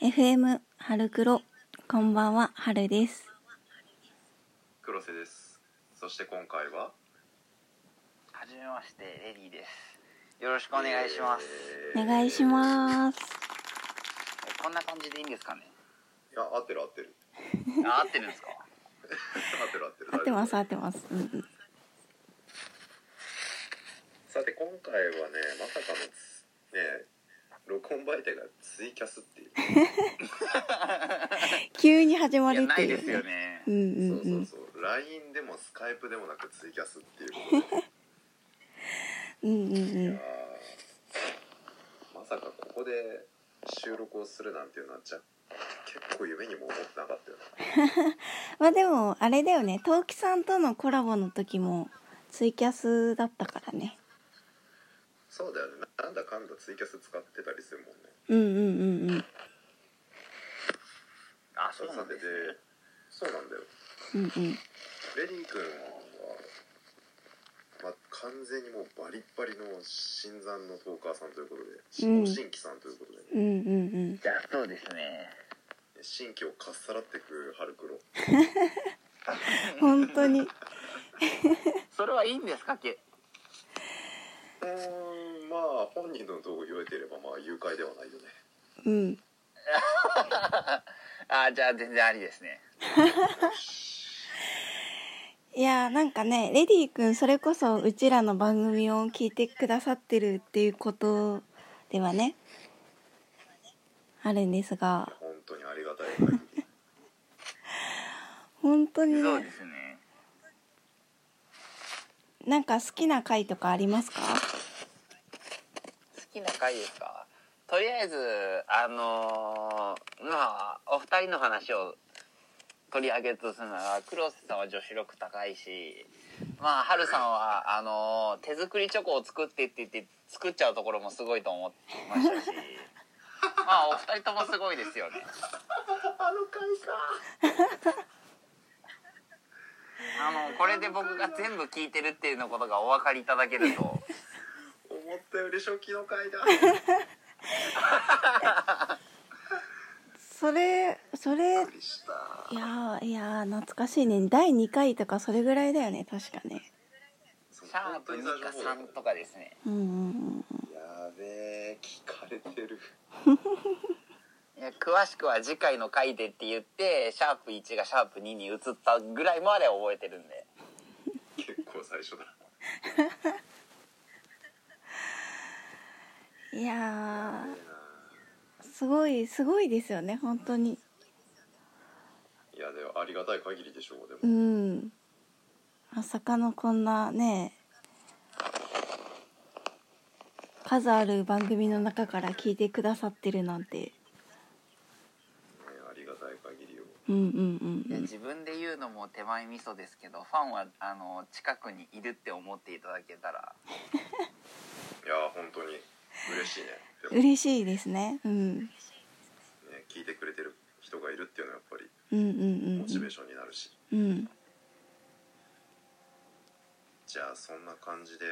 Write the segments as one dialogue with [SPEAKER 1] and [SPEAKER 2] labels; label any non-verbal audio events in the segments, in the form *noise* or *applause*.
[SPEAKER 1] FM 春黒こんばんは春です
[SPEAKER 2] 黒瀬ですそして今回は
[SPEAKER 3] はじめましてレディですよろしくお願いします、
[SPEAKER 2] えー
[SPEAKER 1] お願いします
[SPEAKER 3] えこんな感じでいいんですかね
[SPEAKER 2] いや合ってる合ってる
[SPEAKER 3] あ合ってるんですか
[SPEAKER 2] 合ってる合ってる
[SPEAKER 1] *laughs* 合ってます合
[SPEAKER 2] 大
[SPEAKER 1] ってますうんうん
[SPEAKER 2] 丈夫さて今回はねまさかのつね録音媒体がツイキャスっていう
[SPEAKER 1] 急に始ま
[SPEAKER 3] いや
[SPEAKER 1] るっ
[SPEAKER 3] な
[SPEAKER 1] て
[SPEAKER 3] い
[SPEAKER 1] い
[SPEAKER 3] です
[SPEAKER 1] う
[SPEAKER 3] よ
[SPEAKER 1] ね
[SPEAKER 3] ね
[SPEAKER 1] うんうん
[SPEAKER 2] そう
[SPEAKER 1] う
[SPEAKER 2] そうんそう LINE でもスカイプでもなくツイキャスっていうことで
[SPEAKER 1] うんうんう
[SPEAKER 2] いや
[SPEAKER 1] ん
[SPEAKER 2] ーまさかここで収録をするなんていうのはじゃ結構夢にも思ってなかったよね
[SPEAKER 1] まあでもあれだよねトウキさんとのコラボの時もツイキャスだったからね
[SPEAKER 2] そうだよねななんだかんだツイキャス使ってたりするもんね
[SPEAKER 1] うんうんうんうん
[SPEAKER 3] あ
[SPEAKER 2] そ
[SPEAKER 3] そう
[SPEAKER 2] れ
[SPEAKER 3] な
[SPEAKER 2] さ
[SPEAKER 3] ん
[SPEAKER 2] て
[SPEAKER 3] で
[SPEAKER 2] です
[SPEAKER 3] ね
[SPEAKER 2] そうなんだよ
[SPEAKER 1] うんうん
[SPEAKER 2] レディー君は、まあ、完全にもうバリッバリの新参のトーカーさんということで、
[SPEAKER 1] うん
[SPEAKER 2] 新規さんということで、
[SPEAKER 1] うんうん
[SPEAKER 3] じゃあそうですね
[SPEAKER 2] 新規をかっさらっていく春黒
[SPEAKER 1] うん本当に
[SPEAKER 3] それはいいんですかけ
[SPEAKER 2] うーんまあ本人の動画を言えてればまあ誘拐ではないよね
[SPEAKER 1] うん
[SPEAKER 3] あじゃあ全然ありですね
[SPEAKER 1] いやーなんかねレディー君それこそうちらの番組を聞いてくださってるっていうことではねあるんですが
[SPEAKER 2] 本当にありがたい限り
[SPEAKER 1] 本当に
[SPEAKER 3] そうで
[SPEAKER 1] ね
[SPEAKER 3] すね
[SPEAKER 1] なんか好きな回とかありますか
[SPEAKER 3] 好きな回ですかとりあえずあのーまあお二人の話を取り上げるとするなら黒瀬さんは女子力高いしまあ春さんはあのー手作りチョコを作ってって言って作っちゃうところもすごいと思ってまし
[SPEAKER 2] *laughs*
[SPEAKER 3] たしまあお二人ともすごいですよね
[SPEAKER 2] あの回か
[SPEAKER 3] あのこれで僕が全部聞いてるっていうのことがお分かりいただ
[SPEAKER 2] *laughs*
[SPEAKER 3] けると
[SPEAKER 2] 思ったより初期の回だ
[SPEAKER 1] それそれい
[SPEAKER 2] びっくりした
[SPEAKER 1] やーいやー懐かしいね第2回とかそれぐらいだよね確かね
[SPEAKER 2] そ
[SPEAKER 3] シ
[SPEAKER 2] う
[SPEAKER 3] ャー
[SPEAKER 2] 本
[SPEAKER 3] プ
[SPEAKER 2] 当に
[SPEAKER 3] 2
[SPEAKER 2] 最
[SPEAKER 3] か
[SPEAKER 2] 初の方
[SPEAKER 3] 3とかですね
[SPEAKER 1] うんうんうん
[SPEAKER 2] やべえ聞かれてる
[SPEAKER 3] いや詳しくは次回の回でって言ってシャープ1がシャープ2に移ったぐらいまでは覚えてるんで
[SPEAKER 2] 結構最初だ
[SPEAKER 1] うんいや
[SPEAKER 2] いいな
[SPEAKER 1] ーすごいすごいですよね本当に
[SPEAKER 2] いやでもありがたい限りでしょうでも
[SPEAKER 1] うんまさかのこんなね数ある番組の中から聞いてくださってるなんて
[SPEAKER 2] ねありがたい限りを
[SPEAKER 1] うんうん
[SPEAKER 3] い
[SPEAKER 1] うん
[SPEAKER 3] や
[SPEAKER 1] うん
[SPEAKER 3] 自分で言うのも手前味噌ですけどファンはあの近くにいるって思っていただけたら
[SPEAKER 2] いやー本当に嬉しいねでも
[SPEAKER 1] 嬉しいですね、うん、
[SPEAKER 2] ね聞いてくれてる人がいるっていうのはやっぱり
[SPEAKER 1] うんうん
[SPEAKER 2] モチベーションになるし、
[SPEAKER 1] うんうん
[SPEAKER 2] じゃあそんな感じで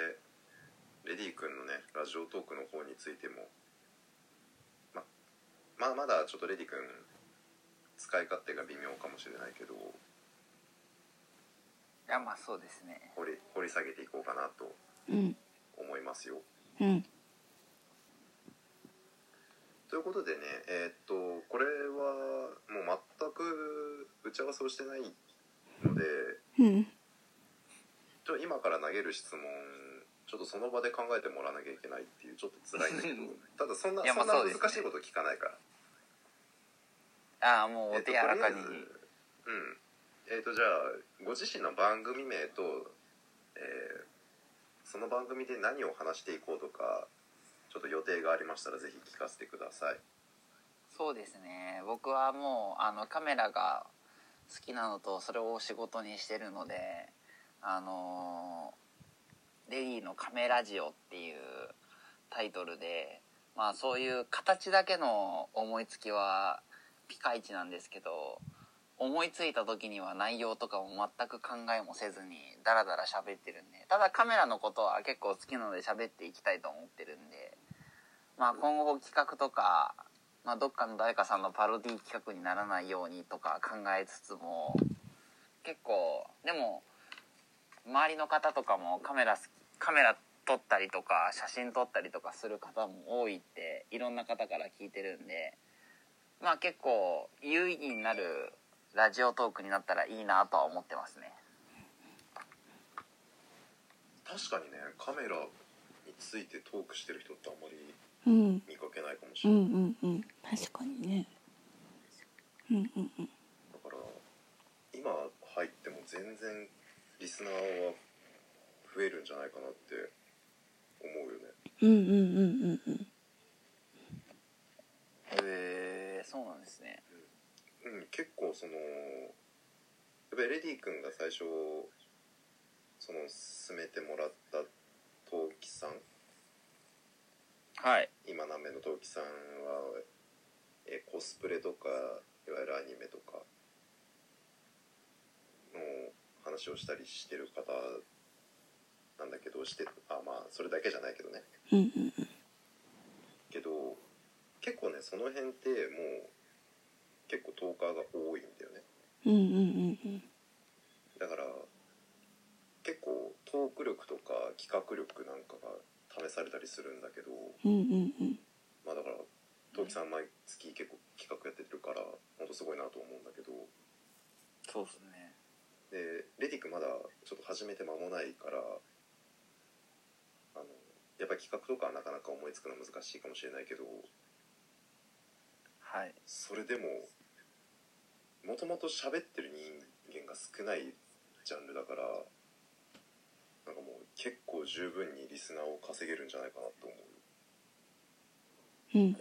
[SPEAKER 2] レディー君のねラジオトークの方についてもままあまだちょっとレディー君使い勝手が微妙かもしれないけど
[SPEAKER 3] いやまあそうですね
[SPEAKER 2] 掘り掘り下げていこうかなと
[SPEAKER 1] うん
[SPEAKER 2] 思いますよ
[SPEAKER 1] うん
[SPEAKER 2] ということでねえーっとこれはもう全く打ち合わせをしてないので
[SPEAKER 1] うん
[SPEAKER 2] ちょ今から投げる質問ちょっとその場で考えてもらわなきゃいけないっていうちょっと辛いんだけど *laughs* ただそんない
[SPEAKER 3] やま
[SPEAKER 2] そ
[SPEAKER 3] あ
[SPEAKER 2] んな
[SPEAKER 3] そうですね
[SPEAKER 2] 難しいこと聞かないから
[SPEAKER 3] ああもうお
[SPEAKER 2] えっと
[SPEAKER 3] 手柔らかに、
[SPEAKER 2] とりあえずうんえっ、とじゃあご自身の番組名と、えーその番組で何を話していこうとかちょっと予定がありましたらぜひ聞かせてください
[SPEAKER 3] そうですね僕はもうあのカメラが好きなのとそれを仕事にしてるのであのレディーのカメラジオっていうタイトルでまあそういう形だけの思いつきはピカイチなんですけど思いついた時には内容とかも全く考えもせずにダラダラ喋ってるんでただカメラのことは結構好きなので喋っていきたいと思ってるんでまあ今後企画とかまあ、どっかの誰かさんのパロディ企画にならないようにとか考えつつも結構でも周りの方とかもカメラ好きカメラ撮ったりとか写真撮ったりとかする方も多いっていろんな方から聞いてるんでまあ結構有意義になるラジオトークになったらいいなとは思ってますね。
[SPEAKER 2] 確かにねカメラについてトークしてる人ってあんまり
[SPEAKER 1] うん
[SPEAKER 2] 見かけないかもし
[SPEAKER 1] う
[SPEAKER 2] れない、
[SPEAKER 1] んうんうん確かにねうんうんうん
[SPEAKER 2] だから今入っても全然リスナーは増えるんじゃないかなって思うよね
[SPEAKER 1] うんうんうんうんうん
[SPEAKER 3] へえそうなんですね。
[SPEAKER 2] うん結構そのやっぱりレディ君が最初その勧めてもらった陶器さん
[SPEAKER 3] はい
[SPEAKER 2] 今何名の陶器さんはえコスプレとかいわゆるアニメとかの話をしたりしてる方なんだけどしてあまあそれだけじゃないけどね
[SPEAKER 1] うんうん
[SPEAKER 2] けど結構ねその辺ってもう結構トーカーが多いんだよね
[SPEAKER 1] うんうんうんうん
[SPEAKER 2] だから結構トーク力とか企画力なんかが試されたりするんだけど
[SPEAKER 1] うんうんうん
[SPEAKER 2] まあだから東木さん毎月結構企画やってるからほんとすごいなと思うんだけど
[SPEAKER 3] そうですね。
[SPEAKER 2] でレディックまだちょっと始めて間もないからあのやっぱり企画とかはなかなか思いつくの難しいかもしれないけど
[SPEAKER 3] はい
[SPEAKER 2] それでももともと喋ってる人間が少ないジャンルだからなんかもう結構十分にリスナーを稼げるんじゃないかなと思う
[SPEAKER 1] うん
[SPEAKER 3] へ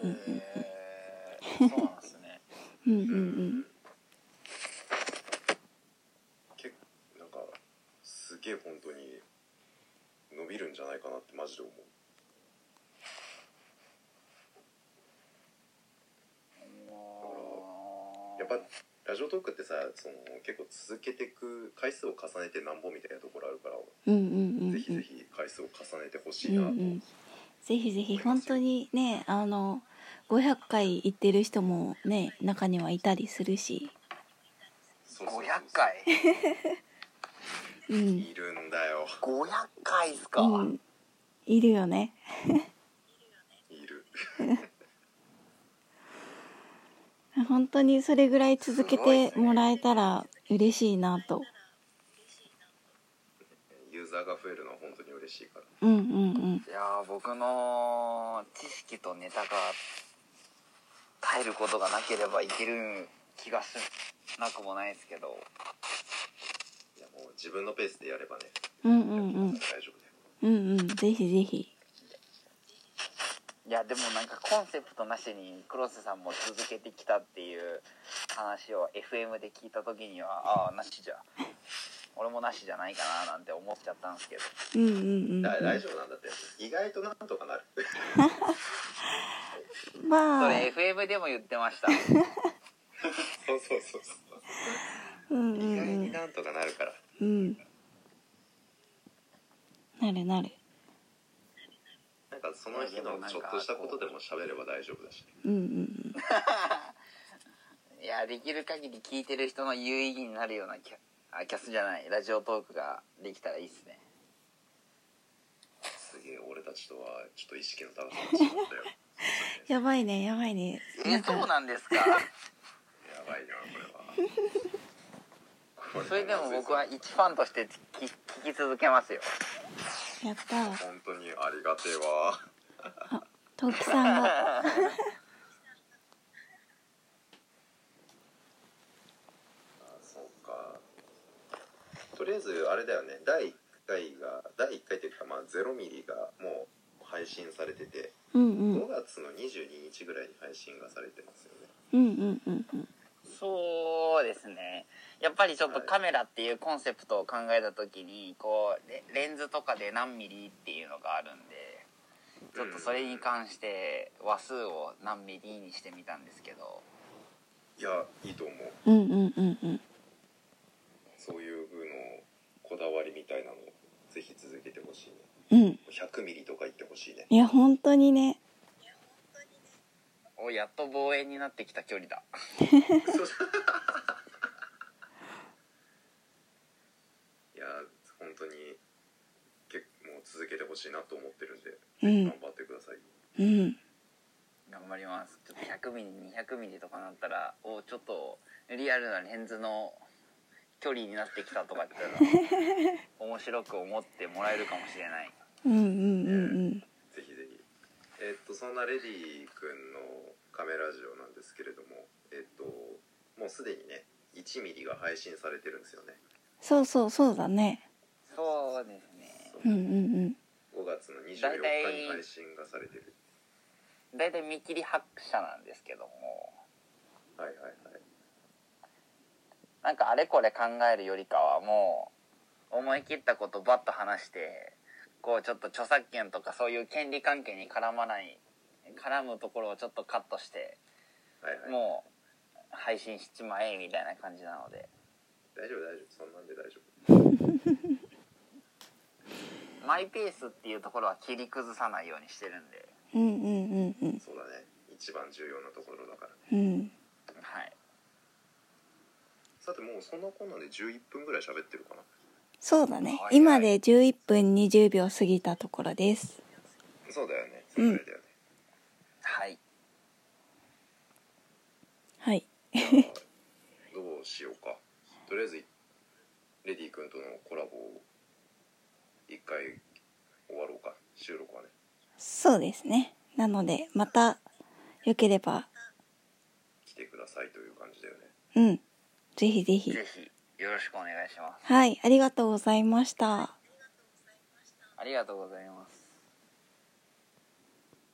[SPEAKER 3] えそうなんですね。
[SPEAKER 1] うんうんうん
[SPEAKER 2] 結なんかすげえ本当に伸びるんじゃないかなってマジで思うやっぱラジオトークってさその結構続けてく回数を重ねてなんぼみたいなところあるから、
[SPEAKER 1] うんうんうんうん
[SPEAKER 2] ぜひぜひ回数を重ねてほしいなと思う、
[SPEAKER 1] うんうんぜひぜひ本当にねあの500回行ってる人もね中にはいたりするし
[SPEAKER 2] そうそうそう
[SPEAKER 3] 500回
[SPEAKER 1] う
[SPEAKER 2] い
[SPEAKER 1] ん、
[SPEAKER 2] るんだよ
[SPEAKER 3] 500回っすか、
[SPEAKER 1] うん、いるよね
[SPEAKER 2] いる
[SPEAKER 1] 本当にそれぐらい続けてもらえたら嬉しいなと
[SPEAKER 2] ユーザーが増えるのは本当に嬉しいから
[SPEAKER 1] うんうんうん
[SPEAKER 3] いやー僕の知識とネタが耐えることがなければいける気がしなくもないですけど
[SPEAKER 2] いやもう自分のペースでやればね
[SPEAKER 1] うんうんうん
[SPEAKER 2] 大丈夫だよ
[SPEAKER 1] うんうんぜひぜひ
[SPEAKER 3] いやでもなんかコンセプトなしに黒瀬さんも続けてきたっていう話を FM で聞いた時にはああなしじゃ俺もなしじゃないかななんて思っちゃったんですけど
[SPEAKER 1] うんうんうん
[SPEAKER 2] だ大
[SPEAKER 1] う
[SPEAKER 2] 丈夫なんだって意外となんとかなる *laughs*
[SPEAKER 1] んま
[SPEAKER 3] そ
[SPEAKER 1] あ
[SPEAKER 3] れ FM でも言ってました
[SPEAKER 2] そうそうそうそ
[SPEAKER 1] う
[SPEAKER 2] う
[SPEAKER 1] んう
[SPEAKER 2] 意外
[SPEAKER 1] ん
[SPEAKER 2] になんとかなるから
[SPEAKER 1] うんうんなるなる
[SPEAKER 2] なんかその日のちょっとしたことでも喋れば大丈夫だし
[SPEAKER 1] うんうん
[SPEAKER 3] いやできる限り聞いてる人の有意義になるようなキャあキャスじゃないラジオトークができたらいいですね
[SPEAKER 2] すげえ俺たちとはちょっと意識の高さが違ったよ
[SPEAKER 1] やばいねやばいね
[SPEAKER 3] えそうなんですか
[SPEAKER 2] やばいなこれは
[SPEAKER 3] それでも僕は一ファンとして聞き聞き続けますよ *laughs*
[SPEAKER 1] やったー
[SPEAKER 2] 本当にありがてえわ
[SPEAKER 1] トキさんが
[SPEAKER 2] あそうかとりあえずあれだよね第1回が第1回というかまあ0ミリがもう配信されてて
[SPEAKER 1] うんうん
[SPEAKER 2] 5月の22日ぐらいに配信がされてますよね
[SPEAKER 1] うんうんうんうん
[SPEAKER 3] そうですねやっぱりちょっと
[SPEAKER 2] はい
[SPEAKER 3] カメラっていうコンセプトを考えた時にこうレレンズとかで何ミリっていうのがあるんでちょっとそれに関して話数を何ミリにしてみたんですけど
[SPEAKER 2] いやいいと思う
[SPEAKER 1] うんうんうんうん
[SPEAKER 2] そういう風のこだわりみたいなのをぜひ続けてほしいね
[SPEAKER 1] うん
[SPEAKER 2] 100ミリとかいってほしいね
[SPEAKER 1] いや本当にね
[SPEAKER 3] おやっと望遠になってきた距離だ
[SPEAKER 2] いや本当に結構もう続けてほしいなと思ってるんで、
[SPEAKER 1] うん
[SPEAKER 2] 頑張ってください
[SPEAKER 1] うん
[SPEAKER 3] 頑張りますちょっと100ミリ200ミリとかなったらおちょっとリアルなレンズの距離になってきたとかって言った *laughs* ら面白く思ってもらえるかもしれない
[SPEAKER 1] うんうんうん
[SPEAKER 2] ぜひぜひえっとそんなレディ君のカメラジオなんですけれどもえっともうすでにね1ミリが配信されてるんですよね
[SPEAKER 1] そうそうそうだね
[SPEAKER 3] そうですね
[SPEAKER 1] うんうんうん
[SPEAKER 2] 5月の24日に配信がされてる
[SPEAKER 3] 大体見切り発車なんですけども
[SPEAKER 2] はいはいはい
[SPEAKER 3] なんかあれこれ考えるよりかはもう思い切ったことバッと話してこうちょっと著作権とかそういう権利関係に絡まない絡むところをちょっとカットして
[SPEAKER 2] はいはい
[SPEAKER 3] もう配信しちまえみたいな感じなので
[SPEAKER 2] 大丈夫大丈夫そんなんで大丈夫
[SPEAKER 3] マイペースっていうところは切り崩さないようにしてるんで
[SPEAKER 1] うんうんうんうん
[SPEAKER 2] そうだね一番重要なところだから
[SPEAKER 1] うん
[SPEAKER 3] はい
[SPEAKER 2] さてもうそんなこんなんで11分ぐらい喋ってるかな
[SPEAKER 1] そうだね
[SPEAKER 3] はい
[SPEAKER 1] 今で11分20秒過ぎたところです
[SPEAKER 2] そうだよねそ
[SPEAKER 1] うん
[SPEAKER 2] れぐらいだよね、
[SPEAKER 3] はい
[SPEAKER 1] はい
[SPEAKER 2] じゃあ *laughs* どうしようかとりあえずレディ君とのコラボを一回終わろうか収録はね
[SPEAKER 1] そうですねなのでまたよければ
[SPEAKER 2] 来てくださいという感じだよね
[SPEAKER 1] うんぜひぜひ
[SPEAKER 3] ぜひよろしくお願いします
[SPEAKER 1] はいありがとうございました
[SPEAKER 3] ありがとうございます